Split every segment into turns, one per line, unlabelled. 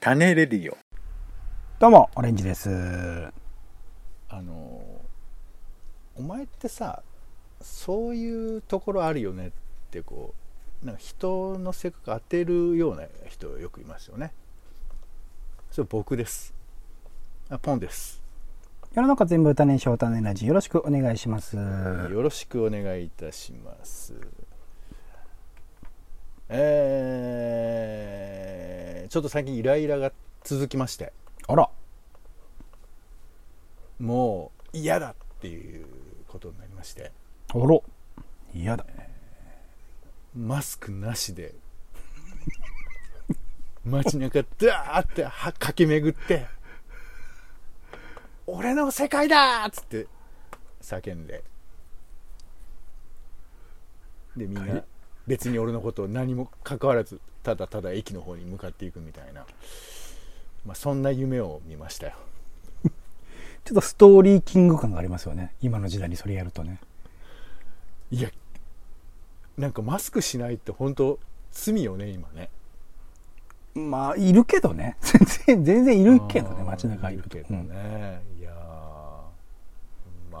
種レディオ
どうも、オレンジです。
あのお前ってさそういうところあるよねってこうなんか人の性格当てるような人よくいますよねそれ僕ですあポンです
世の中全部歌ね、小種ラジ、よろしくお願いします。
よろしくお願いいたします。えーちょっと最近イライラが続きまして、
あら、
もう嫌だっていうことになりまして、
あら、嫌だ。
マスクなしで、街中ダーっては駆け巡って、俺の世界だーっつって叫んで、で、みんな別に俺のことを何も関わらず、ただただ駅の方に向かっていくみたいな、まあ、そんな夢を見ましたよ。
ちょっとストーリーキング感がありますよね。今の時代にそれやるとね。
いやなんかマスクしないって本当罪よね今ね
まあ、いるけどね。全然、全然いるけどね、街中いると。
けどね、いやーまあまあまあ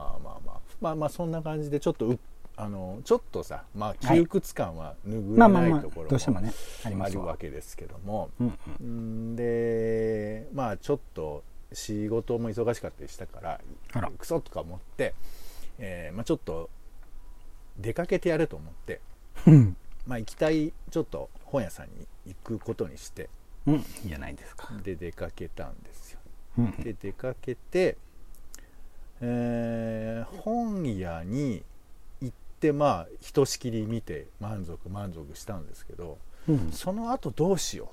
まあまあそんな感じでちょっとうあのちょっとさまあ
はい
窮屈感は拭
う
え
んまあまあ
な
まあ
いとこ、ろ
どうしてもね、あり
もあ
ます
るわ
わ。
けですけども
うんうん、
うんでまあちょっと仕事も忙しかったりしたから
あら
クソとか思って、えーまあ、ちょっと出かけてやれと思って
うん、
まあ、行きたいちょっと本屋さんに行くことにして
うん、いいじゃないですか。
で出かけたんですよ
うんうん、
で出かけて、えー本屋に行ってまあひとしきり見て満足満足したんですけど
うん、
その後どうしよ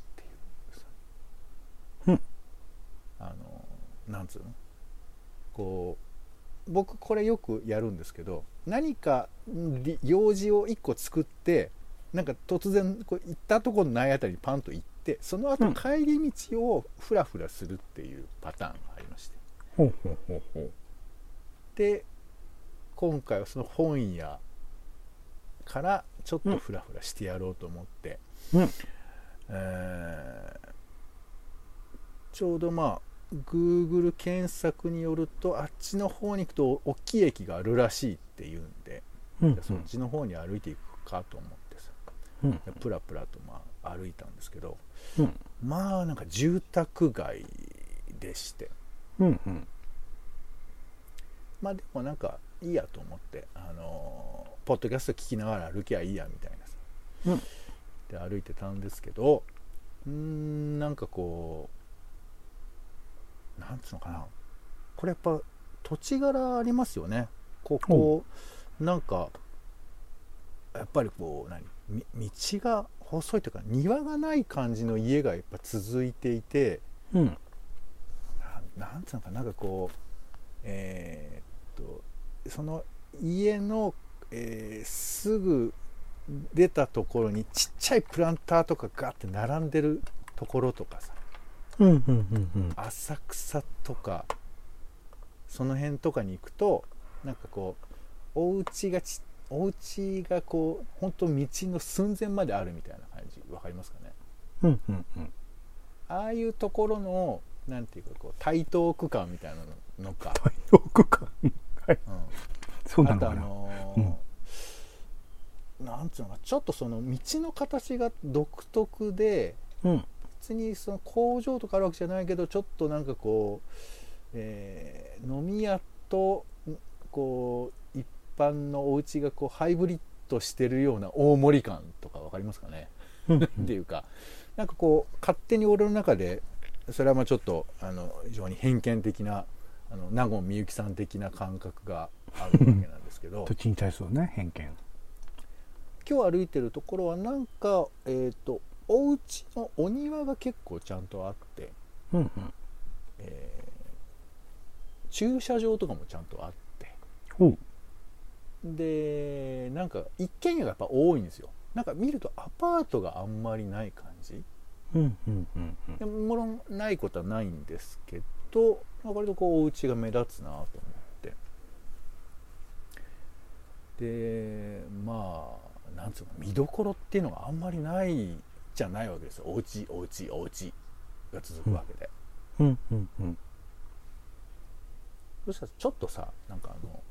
うっていう、
うん
あのなんつうのこう僕これよくやるんですけど何かり用事を1個作ってなんか突然こう行ったとこないあたりにパンと行ってその後
うん
帰り道をフラフラするっていうパターンがありまして
ほうほうほうほう。
で今回はその本屋からちょっとフラフラしてやろうと思って、
うん
えーちょうどまあ Google 検索によるとあっちの方に行くと大きい駅があるらしいっていうんで、
うん、
じゃあそっちの方に歩いていくかと思ってさ
うん、
でプラプラとまあ歩いたんですけど
うん、
まあなんか住宅街でして
うん、うん、
まあでもなんかいいやと思って、あのーポッドキャスト聞きながら歩きゃいいやみたいなさ、
うん
で歩いてたんですけどうーんなんかこうなんつうのかなこれやっぱ土地柄ありますよねここ、なんかやっぱりこう何み道が細いというか庭がない感じの家がやっぱ続いていて、
うん、
ななんつうのかななんかこうえーっとその家の、えーすぐ出たところにちっちゃいプランターとかガって並んでるところとかさ
うん、うん、うん、うん。
浅草とかその辺とかに行くとなんかこうお家がちお家がこう本当道の寸前まであるみたいな感じわかりますかね
うん、うん、うん。
ああいうところのなんていうかこう台東区間みたいなののか、
よくか。はい、
うん、
そうな
あ
の
とあ
かな。
のーなんつうのかちょっとその道の形が独特で
うん、
別にその工場とかあるわけじゃないけどちょっとなんかこう、えー飲み屋とんこう一般のお家がこうハイブリッドしてるような大盛り感とかわかりますかね、
うん、
っていうかなんかこう勝手に俺の中でそれはまあちょっとあの非常に偏見的なあの納言みゆきさん的な感覚があるわけなんですけ ど
土地に対するね偏見
今日歩いてるところはなんか、えー、とお家のお庭が結構ちゃんとあって、
うんうん
えー駐車場とかもちゃんとあって
ほう
でなんか一軒家がやっぱ多いんですよなんか見るとアパートがあんまりない感じ
うんうんうんうん
でももろんないことはないんですけど割とこうお家が目立つなと思ってでまあなんつうの見どころっていうのがあんまりないじゃないわけですよお家お家お家が続くわけで、
うんうんうん
そしたらちょっとさなんかあの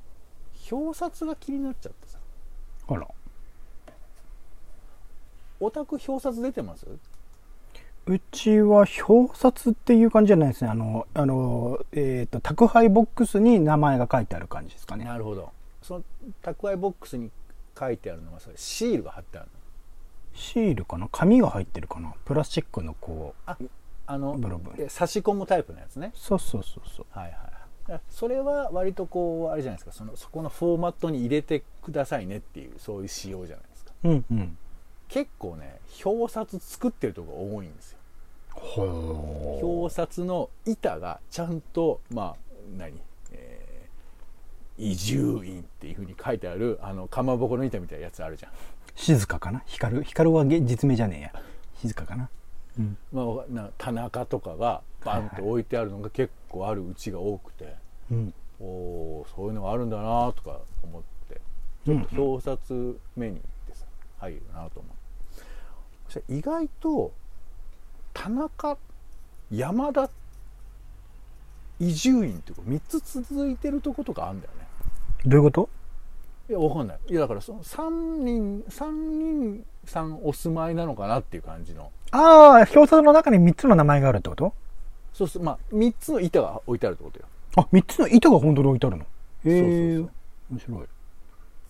表札が気になっちゃってさ
あら
オタク表札出てます
うちは表札っていう感じじゃないですねあのあの、えー、と宅配ボックスに名前が書いてある感じですかね
なるほどその宅配ボックスに書いてあるのがそれシールが貼ってあるの
シールかな紙が入ってるかなプラスチックのこう
ああの
ブロブ
で差し込むタイプのやつね
そうそうそうそう
はいはいだからそれは割とこうあれじゃないですかそのそこのフォーマットに入れてくださいねっていうそういう仕様じゃないですか
うんうん
結構ね表札作ってるとこが多いんですよ
ほ
表札の板がちゃんとまあ何、えー移住院っていうふうに書いてあるあのかまぼこの板みたいなやつあるじゃん、
う静かかな光光はげ実名じゃねえや静かかなうん
まあわか、な田中とかがバンと置いてあるのが結構あるうちが多くて、
うん
おおーそういうのがあるんだなとか思ってちょっと表札目に行ってさ入るなと思ってそしたら意外と田中山田伊集院ってこう3つ続いてるとことかあるんだよね
どういうこと
いやわかんないいやだからその3人三人さんお住まいなのかなっていう感じの
ああ表札の中に3つの名前があるってこと
そうすまあ3つの板が置いてあるってことよ
あ三3つの糸が本当に置いてあるのへえ
そうそう
面白い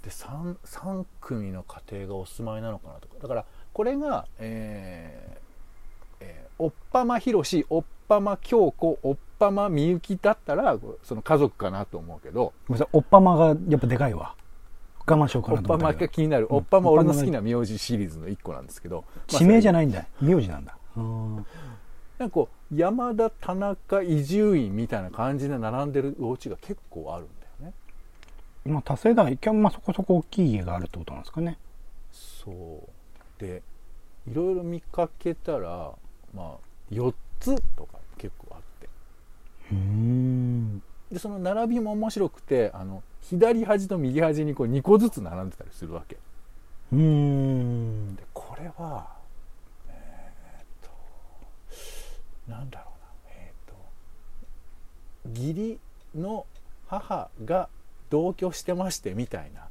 で 3, 3組の家庭がお住まいなのかなとかだからこれがえーえーおっぱまひろしおっぱま京子おっぱまみゆきだったらその家族かなと思うけど
ごめんなさいおっぱまがやっぱでかいわ我慢しようか
お
な
っ
と
ぱ
思
ま
った
が
けど
気になる
うん
おっぱま俺の好きな名字シリーズの1個なんですけど、まあ
地名じゃないんだ名字なんだうん
なんかこう山田田中伊集院みたいな感じで並んでるお家が結構あるんだよね
まあ多世代きゃまあそこそこ大きい家があるってことなんですかね
そうでいろいろ見かけたらまあ4つとか結構あって
うん
でその並びも面白くてあの左端と右端にこう2個ずつ並んでたりするわけ
うん
でこれはえーっとなんだろうなえーっと義理の母が同居してましてみたいな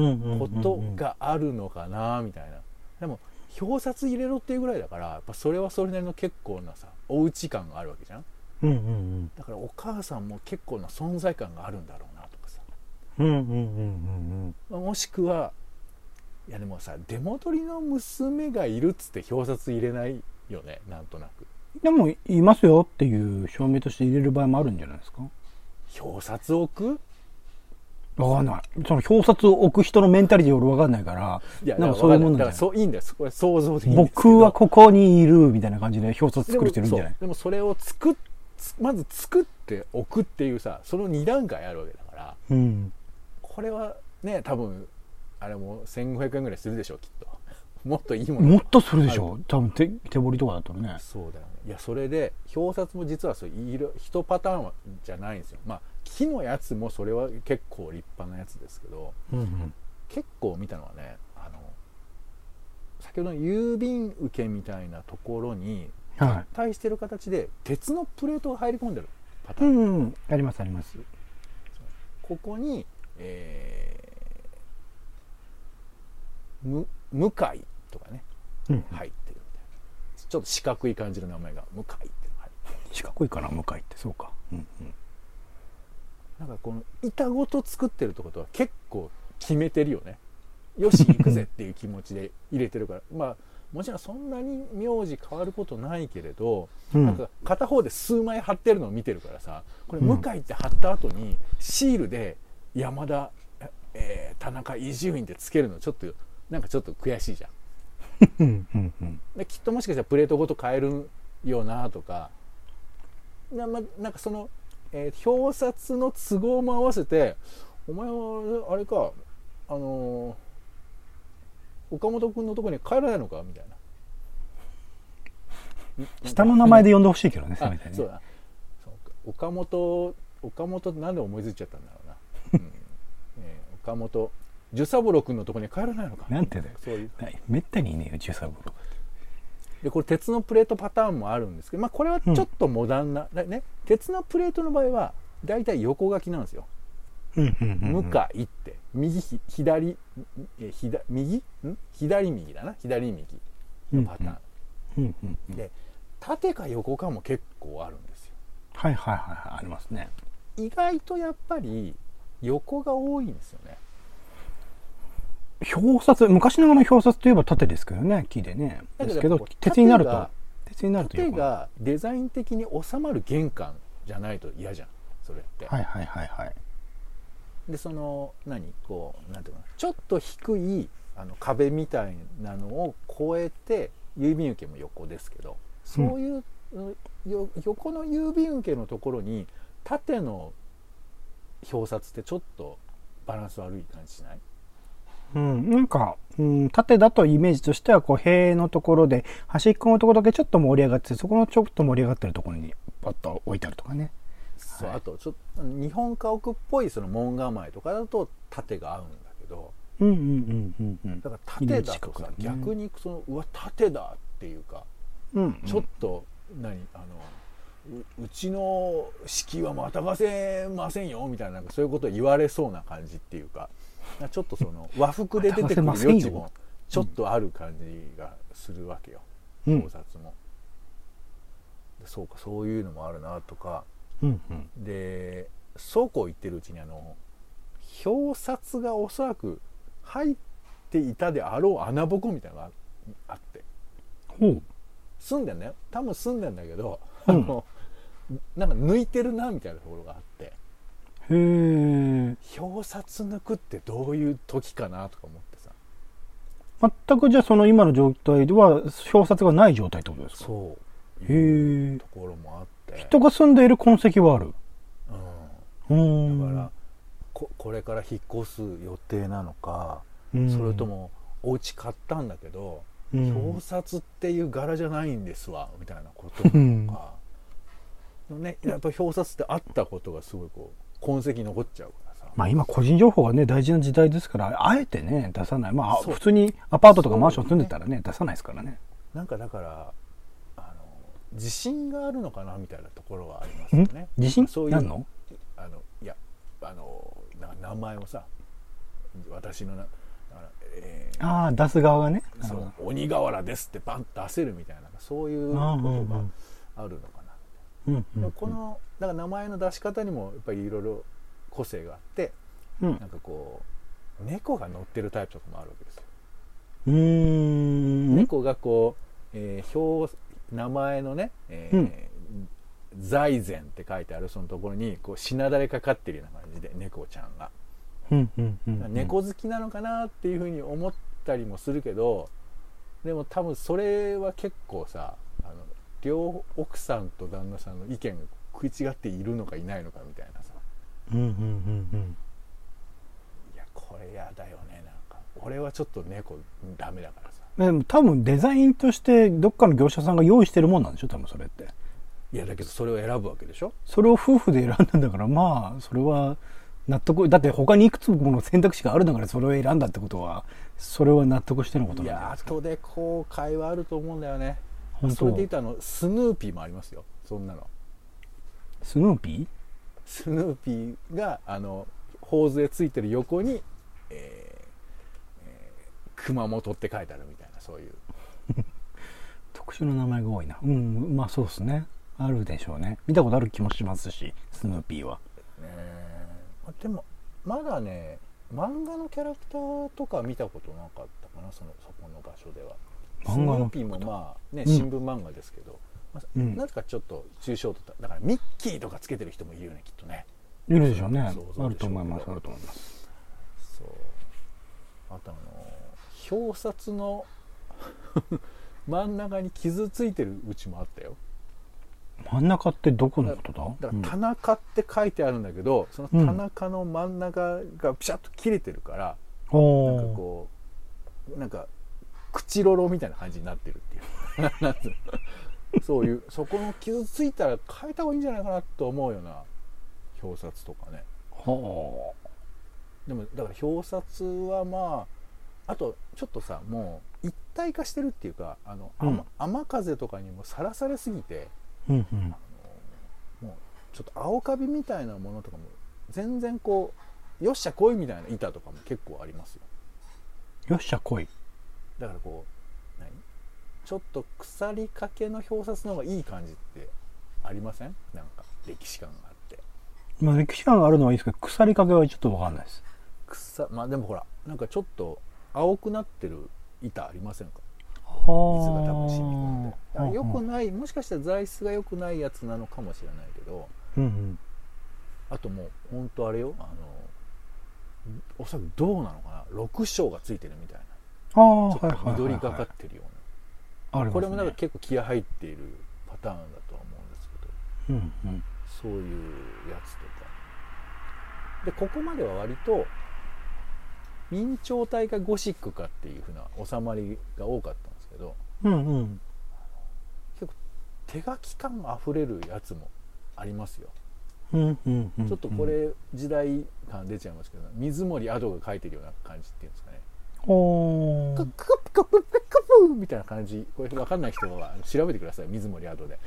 うん
ことがあるのかなみたいな、でも表札入れろっていうぐらいだからやっぱそれはそれなりの結構なさおうち感があるわけじゃん
うんうん
だからお母さんも結構な存在感があるんだろうなとかさ
うんうんうんうん
もしくはいやでもさ出戻りの娘がいるっつって表札入れないよねなんとなく
でもいますよっていう証明として入れる場合もあるんじゃないですか
表札置く
わかんないその表札を置く人のメンタリティ俺わかんないから
いや
なんかそういうもん
だ
な
からだから
んじゃ
そういいんだよそこは想像でいい
ない
んですけど
僕はここにいるみたいな感じで表札
で
作
も
る人いるんじゃない
そうでもそれを作っつまず作っておくっていうさその2段階あるわけだから
うん
これはね多分あれも1500円ぐらいするでしょうきっと もっといいもの
もっとするでしょ多分手手彫りとかだったらね
そうだよねいやそれで表札も実はそういろ一パターンはじゃないんですよまあ木のやつもそれは結構立派なやつですけど
うんうん
結構見たのはねあの先ほどの郵便受けみたいなところに
はい
対してる形で鉄のプレートが入り込んでるパタ
う
ーン、
んうんありますあります
ここに、えー、む向井とかね
う
入ってる
ん
みたいなちょっと四角い感じの名前が向井っていうのが入ってる
四角いかな向かいってそうかうんうん
なんかこの板ごと作ってるってことは結構決めてるよねよし行くぜっていう気持ちで入れてるから まあもちろんそんなに名字変わることないけれど、
うん
なんか片方で数枚貼ってるのを見てるからさこれ
うん
向井って貼った後にシールで山田、えー田中伊集院ってつけるのちょっとなんかちょっと悔しいじゃん
うんうんうん
できっともしかしたらプレートごと変えるよなとかな,、ま、なんかその、えー表札の都合も合わせてお前はあれかあのー岡本君のとこに帰らないのかみたいな
下の名前で呼んでほしいけどね、せ
あ
めてね。
そうだそうか岡本岡本ってなんで思いついちゃったんだろうな、うんねえ岡本寿三郎君のとこに帰らないのか
なんてだよ。
そういう
ないめったにいねえよ、中三郎。
でこれ鉄のプレートパターンもあるんですけど、まあ、これはちょっとモダンな、だね、鉄のプレートの場合は大体横書きなんですよ
うんうんうんう
向
ん
かいって右ひ左え左右ん左右だな左右のパターン、
うんうんうんうん
で縦か横かも結構あるんですよ
はいはいはいはいありますね
意外とやっぱり横が多いんですよね
表札昔ながらの表札といえば縦ですけどね木でね
だけど
ですけど
こう
鉄になる
縦
と
が
鉄になると
縦
横
がデザイン的に収まる玄関じゃないと嫌じゃんそれって、
はいはいはいはい
でその何こうなんていうのかなちょっと低いあの壁みたいなのを越えて郵便受けも横ですけどそういう、よ横の郵便受けのところに縦の表札ってちょっとバランス悪い感じしない
うん、なんか、うん、縦だとイメージとしてはこう塀のところで端っこのところだけちょっと盛り上がってそこのちょっと盛り上がってるところにパッと置いてあるとかね
そう
はい
あとちょっと日本家屋っぽいその門構えとかだと縦が合うんだけど
うんうんうんうん
だから縦だ
色
と
近
さ
く、ね
逆にそのうわ縦だっていうか
うんうん
ちょっと、何あのううちの敷はまたがせませんよみたいななんかそういうこと言われそうな感じっていうかなんかちょっとそ の和服で出てくる
またがせませんよ
余地もちょっとある感じがするわけよ、
うん
考察も。でそうかそういうのもあるなとか
うんうん
で倉庫行ってるうちにあの表札がおそらく入っていたであろう穴ぼこみたいなのがああって
ほう
住んでんだよ多分住んでんだけど、
うん
あのなんか抜いてるなみたいなところがあって
へえ
表札抜くってどういう時かなとか思ってさ
全くじゃあその今の状態では表札がない状態ってことですか
そう
へ
いう
え
ところもあって
人が住んでいる痕跡はあるう
うんん、だから、ここれから引っ越す予定なのか、
うん
それと、もお家買ったんだけど、
うん
表札っていう柄じゃないんですわみたいなこと
うん
とか、ね、やっぱ表札ってあったことがすごいこう痕跡に残っちゃうからさ、
まあ今個人情報がね大事な時代ですからあえてね出さないまあ
そう
普通にアパートとかマンション住んでたらね出さないですからね
なんかだからあの自信があるのかなみたいなところはありますよね。
地震
そういう
なんの
あのいやあのなんか名前をさ私のなだから、えー
ああ出す側がねなる
そ
ほど
う鬼瓦ですってバンと出せるみたいなそういうこ
あー
と
うんう
が
ん
あるのかな。
うんうん
このだから名前の出し方にもやっぱりいろいろ個性があって
うん
なんかこう猫が乗ってるタイプとかもあるわけですよ。
うーん
猫がこう、えー表名前のね、えー
うん
財前って書いてあるそのところにこうしなだれかかってるような感じで猫ちゃんが、
うんうんうん
猫好きなのかなっていうふうに思ったりもするけどでも多分それは結構さあの両奥さんと旦那さんの意見が食い違っているのかいないのかみたいなさ
うんうんうん
いやこれやだよねなんか俺はちょっと猫ダメだからさ
うんでも多分デザインとしてどっかの業者さんが用意してるもんなんでしょ多分それって
いやだけどそれを選ぶわけでしょ
それを夫婦で選んだんだからまあそれは納得だって他にいくつもの選択肢があるんだからそれを選んだってことはそれは納得してのこと
い
なんじゃない
や
ですか
後で後悔はあると思うんだよね
本当
それで言うとあのスヌーピーもありますよそんなの
スヌーピ
スヌーピーがあの頬杖ついてる横に、えーえー熊本って書いてあるみたいなそういう
ー特殊な名前が多いなうんまあそうですねあるでしょうね見たことある気もしますしスヌーピーは
ねでもまだね漫画のキャラクターとか見たことなかったかなそのそこの場所では
漫
ス
画の
ヌーピーもまあね
うん
新聞漫画ですけど、まあ
うん
なぜかちょっと抽象度ただからミッキーとかつけてる人もいるよねきっとね
いるでしょうね
そうそうでしょう
あると思いますあると思います
そうあとあの表札の 真ん中に傷ついてるうちもあったよ
真ん中ってどこのことだ
だから「田中」って書いてあるんだけど、その「田中」の真ん中がピシャッと切れてるから、
うん、
な
お
んか
ー
こうなんか口ロロみたいな感じになってるっていうなんつう のそういうそこの傷ついたら変えた方がいいんじゃないかなと思うような表札とかね
は
でもだから表札はまああとちょっとさもう一体化してるっていうかあの、
うん
雨雨風とかにもさらされすぎて
うんうん
ちょっと青カビみたいなものとかも全然こうよっしゃ来いみたいな板とかも結構ありますよ
よっしゃ来い
だからこう何ちょっと腐りかけの表札の方がいい感じってありませんなんか歴史感があって
まあ歴史感があるのはいいですけど腐りかけはちょっとわかんないです
草まあでもほらなんかちょっと青くなってる板ありませんか
水が
水が多分染み込んでだから良く
い
ないもしかしたら材質が良くないやつなのかもしれないけど
うんうん
あともうほんとあれよあのおそらくどうなのかな6章がついてるみたい
ああ
なちょ
は
っ
いはい
と
はい
緑が
は
か
い
ってるような、
ありますね
これもなんか結構気合入っているパターンだとは思うんですけど
うんうん
そういうやつとかでここまでは割と明朝体かゴシックかっていう風な収まりが多かったんですけど
うんうん
手書き感あふれるやつもありますよ
うんうんうん
ちょっとこれ時代感出ちゃいますけど、水森アドが書いてるような感じっていうんですかね、
ほ
ク
ー
ックックックックックッみたいな感じこれ分かんない人は調べてください水森アドで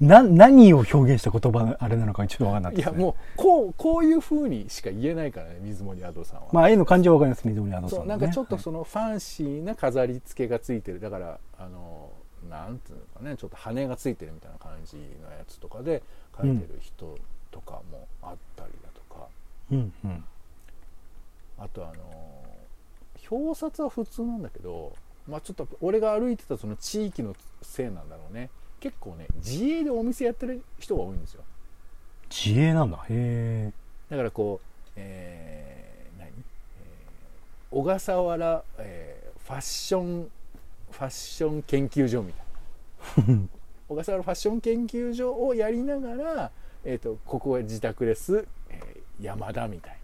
な何を表現した言葉のあれなのかちょっとわかんなかっ
い
たで
や
すね
もうこうこういうふうにしか言えないからね水森アドさんは、
まあ絵の感じはわかります水森アド
そ
さん
う
の
な
ね
んかちょっとそのファンシーな飾り付けがついてるだからあのなんていうのかねちょっと羽がついてるみたいな感じのやつとかで書いてる人とかもあったりだとか、
うんうん
あとあの表札は普通なんだけど、まあ、ちょっと俺が歩いてたその地域のせいなんだろうね結構ね自営でお店やってる人が多いんですよ
自衛なんだへえ
だからこうえー何、えー小笠原、えーファッションファッション研究所みたいな小笠原ファッション研究所をやりながら、えー、とここは自宅です、えー山田みたい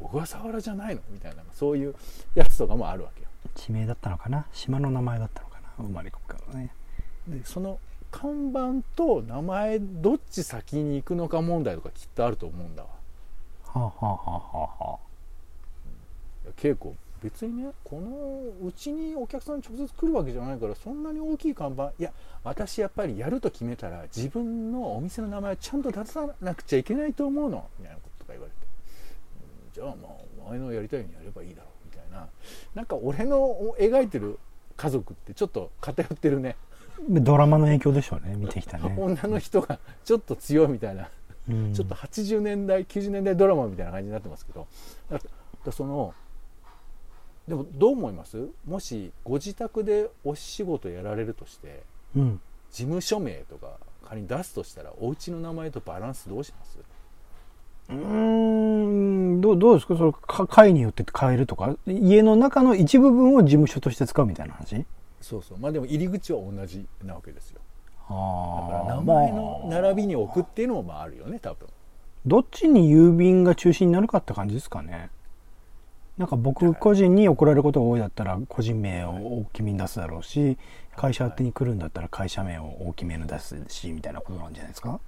な小笠原じゃないのみたいなそういうやつとかもあるわけよ
地名だったのかな島の名前だったのかな生まれ国からね
でその看板と名前どっち先に行くのか問題とかきっとあると思うんだわ
はあはあはあはあはい
や稽古別にねこのうちにお客さん直接来るわけじゃないからそんなに大きい看板いや私やっぱりやると決めたら自分のお店の名前をちゃんと出さなくちゃいけないと思うのみたいなこととか言われてうんじゃあまあお前のやりたいようにやればいいだろうみたいななんか俺の描いてる家族ってちょっと偏ってるね
あでドラマの影響でしょうね見てきた ね
女の人がちょっと強いみたいな
うん
ちょっと80年代90年代ドラマみたいな感じになってますけどだだからそのでもどう思いますもしご自宅でお仕事やられるとして
うん
事務所名とか仮に出すとしたらお家の名前とバランスどうします
うーんどうどうですかそれか会によって変えるとか家の中の一部分を事務所として使うみたいな話
そうそうまあでも入り口は同じなわけですよだから
あ
名
あ
前の
まあ
並びに置くっていうのもまああるよね多分
どっちに郵便が中心になるかって感じですかねなんか僕個人に怒られることが多いだったら個人名を大きめに出すだろうし会社宛てに来るんだったら会社名を大きめに出すしみたいなことなんじゃないですか
だか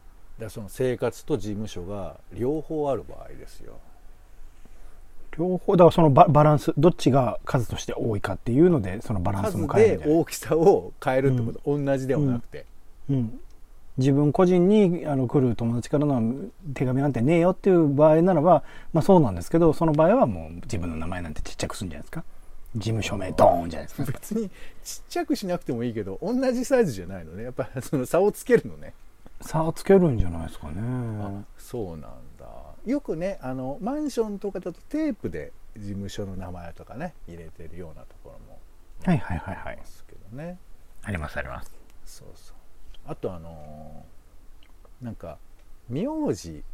らその生活と事務所が両方ある場合ですよ
両方だからそのババランスどっちが数として多いかっていうのでそのバランス
数
も変える
で
んじゃない
大きさを変えるってこと、同じではなくて、
うん、自分個人にあの来る友達からの手紙なんてねえよっていう場合ならば、まあ、そうなんですけどその場合はもう自分の名前なんてちっちゃくするんじゃないですか事務署名ドーンじゃないですか
別にちっちゃくしなくてもいいけど同じサイズじゃないのねやっぱ その差をつけるのね、
差をつけるんじゃないですか
あ
ね
そうなんだよくねあのマンションとかだとテープで事務所の名前とかね入れてるようなところも
はいはいはいは
あり
い
ますけどね
ありますあります
そうそうあとあのーなんか名字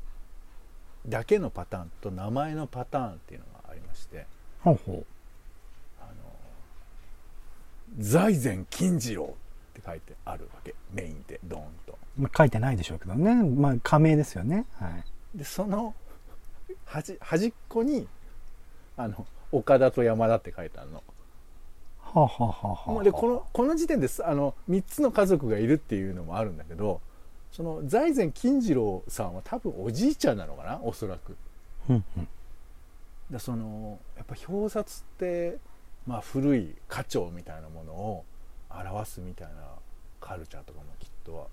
だけのパターンと名前のパターンっていうのがありまして
ほうほ
あのー財前金次郎って書いてあるわけメインでドーンと。
う、まあ、書いてないでしょうけどねまあ仮名ですよねはい
でその端端っこにあの岡田と山田って書いてあるの
はあ、はあはあはあ、
でこのこの時点ですあの3つの家族がいるっていうのもあるんだけどその財前金次郎さんは多分おじいちゃんなのかなおそらく
うんうん
だそのやっぱ表札ってまあ、古い家長みたいなものを表すみたいなカルチャーとかもきっと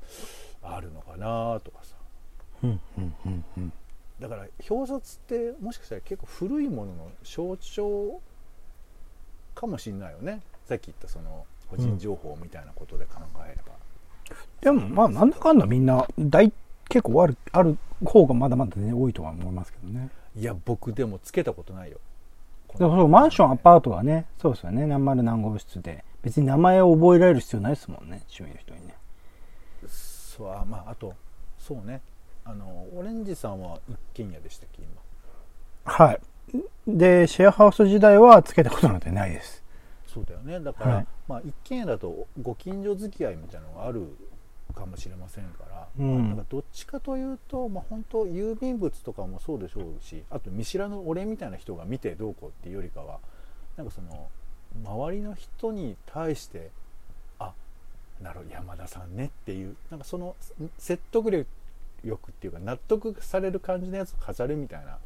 はあるのかなとかさ
うんうんうんうん
だから表札ってもしかしたら結構古いものの象徴かもしれないよねさっき言ったその個人情報みたいなことで考えれば、
でもまあなんだかんだみんな大結構あるある方がまだまだね多いとは思いますけどね
いや僕でもつけたことないよ
だからそうマンションアパートはねそうですよね何丸何号室で別に名前を覚えられる必要ないですもんね趣味の人にね
そうあまああとそうねあのオレンジさんは一軒家でしたっけ今
はいでシェアハウス時代はつけたことなんてないです
そうだよねだから、
はい
まあ、一軒家だとご近所付き合いみたいなのがあるかもしれませんから、
うん
まあだからどっちかというと、まあ、本当郵便物とかもそうでしょうしあと見知らぬ俺みたいな人が見てどうこうっていうよりかはなんかその周りの人に対してあなるほど山田さんねっていうなんかそのん説得力っていうか納得される感じのやつを飾るみたいな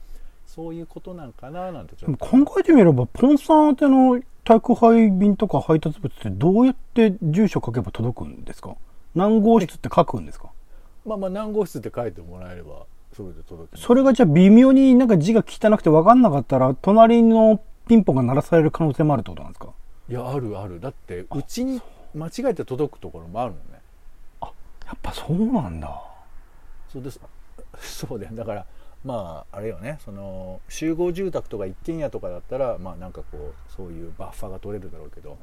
そういうことなんかななんてち
で
ょっ
も
と
考えてみればポンさん宛ての宅配便とか配達物ってどうやって住所書けば届くんですか何号室って書くんですか
まあまあ何号室って書いてもらえればそれで届きます
それがじゃあ微妙になんか字が汚くて分かんなかったら隣のピンポンが鳴らされる可能性もあるってことなんですか
いやあるあるだってうちに間違えて届くところもあるもんね
やっぱそうなんだ
そうですそうだよだからまああれよねその集合住宅とか一軒家とかだったらまあなんかこうそういうバッファーが取れるだろうけど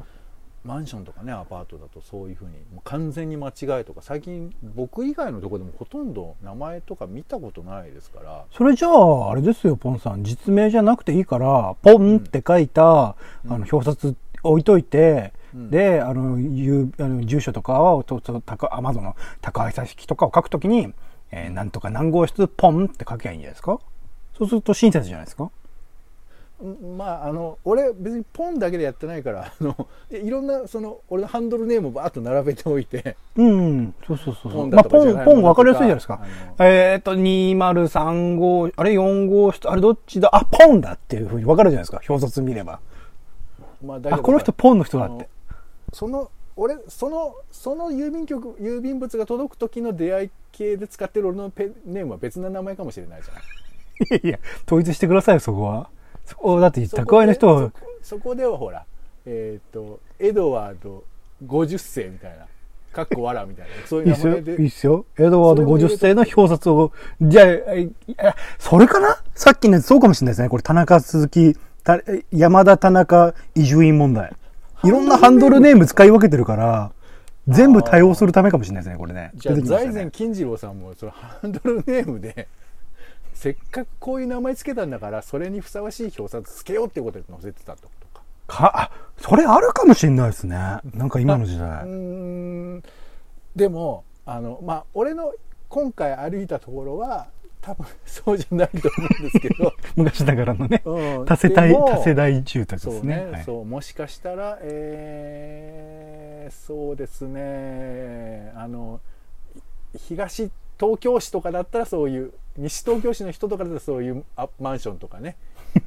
マンションとかねアパートだとそういうふうにもう完全に間違いとか最近僕以外のとこでもほとんど名前とか見たことないですから
それじゃああれですよポンさん実名じゃなくていいからポンって書いた、
うん
あの表札置いといて、
うん
であのゆあの住所とかをととたかアマゾンの宅配先とかを書くときに、えーなんとか何号室ポンって書きゃいいんじゃないですかそうすると親切じゃないですか
うんまああの俺別にポンだけでやってないからあのいろんなその俺のハンドルネームをバーッと並べておいて
うん、うん、そうそうそうそ
ポ
う
ン
ま
だ
あ
とか
ポ
じゃ
ン
ない
ポン
ものと
分
か
かりやすいじゃないですか
あ
えっ、ー、と2035号あれ4号室あれどっちだあポンだっていうふうに分かるじゃないですか表札見れば
まあ、だけど
あこの人ポンの人だって
その俺そのその郵便局郵便物が届く時の出会い系で使ってる俺のペンネームは別な名前かもしれないじゃん
いやいや、統一してくださいよ、そこは。そこ、だって、
そこで
宅配の人は
そ、こそこではほらえっ、とエドワード50世みたいなかっこわらみたいなそうい
いいうっす
名
よ、い
前で
いっすよ。エドワード
それを入れ
50
て
世の表札を、じゃあ、えあそれかなさっきのやつそうかもしれないですね。これ、田中鈴木、た山田田中移住院問題。いろんなハンドルネーム使い分けてるから、全部対応するためかもしれないですね、これね。
じゃあ
出てきました
財前
ね。
金次郎さんもそのハンドルネームで せっかくこういう名前つけたんだからそれにふさわしい表札つけようってことで載せてたってことか
か、あ、それあるかもしれないですね。なんか今の時代
う。ーんでもあのまあ俺の今回歩いたところは多分そうじゃないと思うんですけど
昔ながらのね、
うん
多世
で
帯、
も
多世代住宅
そ
で
う
す
ね
ね。はい
そうもしかしたらえーそうですねあのい東東京市とかだったらそういう西東京市の人とかだったらそういうあマンションとか ね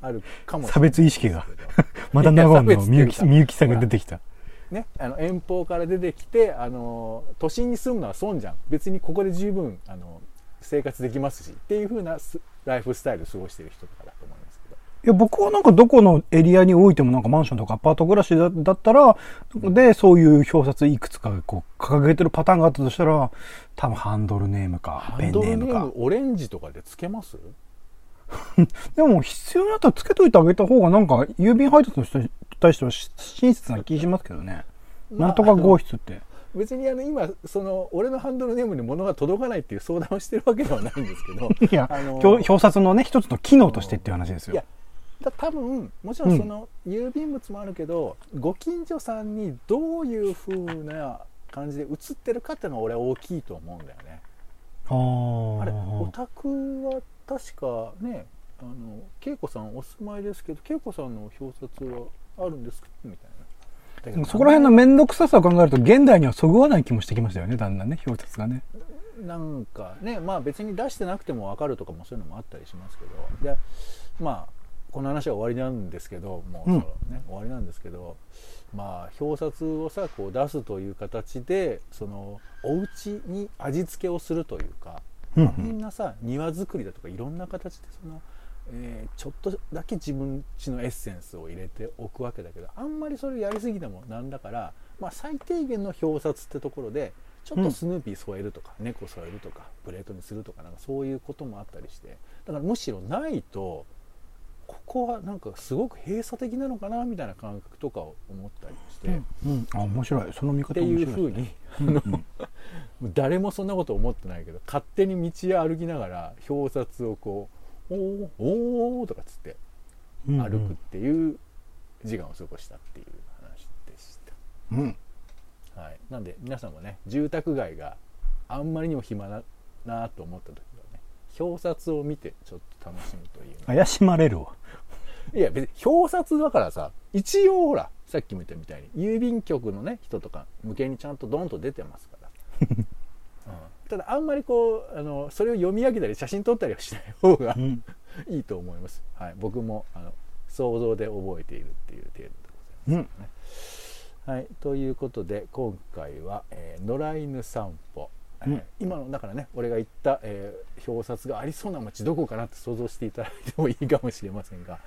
あるかもし
差
れない
別意識が
けど。
また長野
いや
の
差別
みゆ
っていうか
きみゆきさんが出てきた。
ね、あの遠方から出てきてあの都心に住むのは損じゃん別にここで十分あの生活できますしっていう風なすライフスタイルを過ごしている人とかだと思いますけど
いや、僕はなんかどこのエリアにおいてもなんかマンションとかアパート暮らしだだったら、で、そういう表札いくつかこう掲げてるパターンがあったとしたら、多分ハンドルネームか
ハ、
ペ
ン
ン
ド
ネ
ル
ー
ネ
ム
ー
か
ム。オレンジとかでつけます
でも必要になったらつけといてあげた方がなんか郵便配達の人に対してはし親切な気しますけどね。
まあ
なんとか号室って。
別にあの今その俺のハンドルネームに物が届かないっていう相談をしてるわけではないんですけど
いや、
あの
表表札のね、一つの機能としてっていう話です
いや
よ。
だ多分もちろんその郵便物もあるけど、ご近所さんにどういう風な感じで映ってるかっていうのは俺は大きいと思うんだよね。
あー
あれお宅は確かねあの恵子さんお住まいですけど恵子さんの表札はあるんですかみたいなだけど
そこら辺の面倒くささを考えると現代にはそぐわない気もしてきましたよねだんだんね表札がね
なんかねまあ別に出してなくても分かるとかもそういうのもあったりしますけどでまあこの話は終わりなんですけどもうそ
うん
の、ね終わりなんですけどまあ表札をさこう出すという形でそのお家に味付けをするというか、
うんう
みん
ん
なさ庭作りだとかいろんな形でその、えーちょっとだけ自分ちのエッセンスを入れておくわけだけどあんまりそれやりすぎてもなんだから、まあ、最低限の表札ってところでちょっとスヌーピー添えるとか、猫添えるとかプレートにするとかなんかそういうこともあったりしてだからむしろないとここはなんかすごく閉鎖的なのかなみたいな感覚とかを思ったりして、っ
うんあ面白いその見方
てい
面
う
白い
ふう
ですね
に。
うんうん
誰もそんなこと思ってないけど勝手に道を歩きながら表札をこう「おーおーとかつって
うん
歩くっていう時間を過ごしたっていう話でした、
うん
はい、なんで皆さんもね住宅街があんまりにも暇だなと思った時はね表札を見てちょっと楽しむというね
怪しまれるわ
いや別に表札だからさ一応ほらさっきも言ったみたいに郵便局のね人とか向けにちゃんとドンと出てますから、うん、ただあんまりこうあのそれを読み上げたり写真撮ったりはしない方が
うん
いいと思います、はい、僕もあの想像で覚えているっていう程度で
うんうん
ございます、はい、ということで今回は、えー野良犬散歩、
うん
えー今のだからね俺が言った、えー表札がありそうな街どこかなって想像していただいてもいいかもしれませんが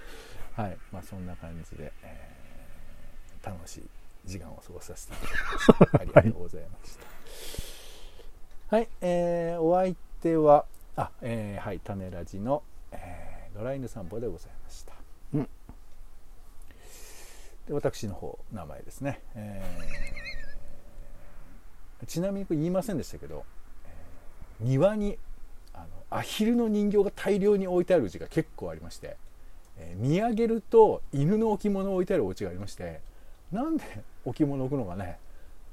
はいまあそんな感じで、えー楽しい時間を過ごさせていただきました ありがとうございましたはい、えーお相手はあえーはい種ラジの、えー、野良犬散歩でございました、
うん
で私の方名前ですね、えーちなみにこれ言いませんでしたけど、えー庭にあのアヒルの人形が大量に置いてあるうちが結構ありまして、えー見上げると犬の置物を置いてあるお家がありましてなんで置物置くのかね、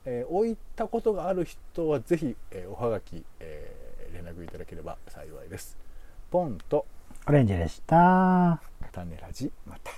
えー置いたことがある人はぜひ、えーおはがき、えー連絡いただければ幸いですポンと
オレンジでした。
種ラジまた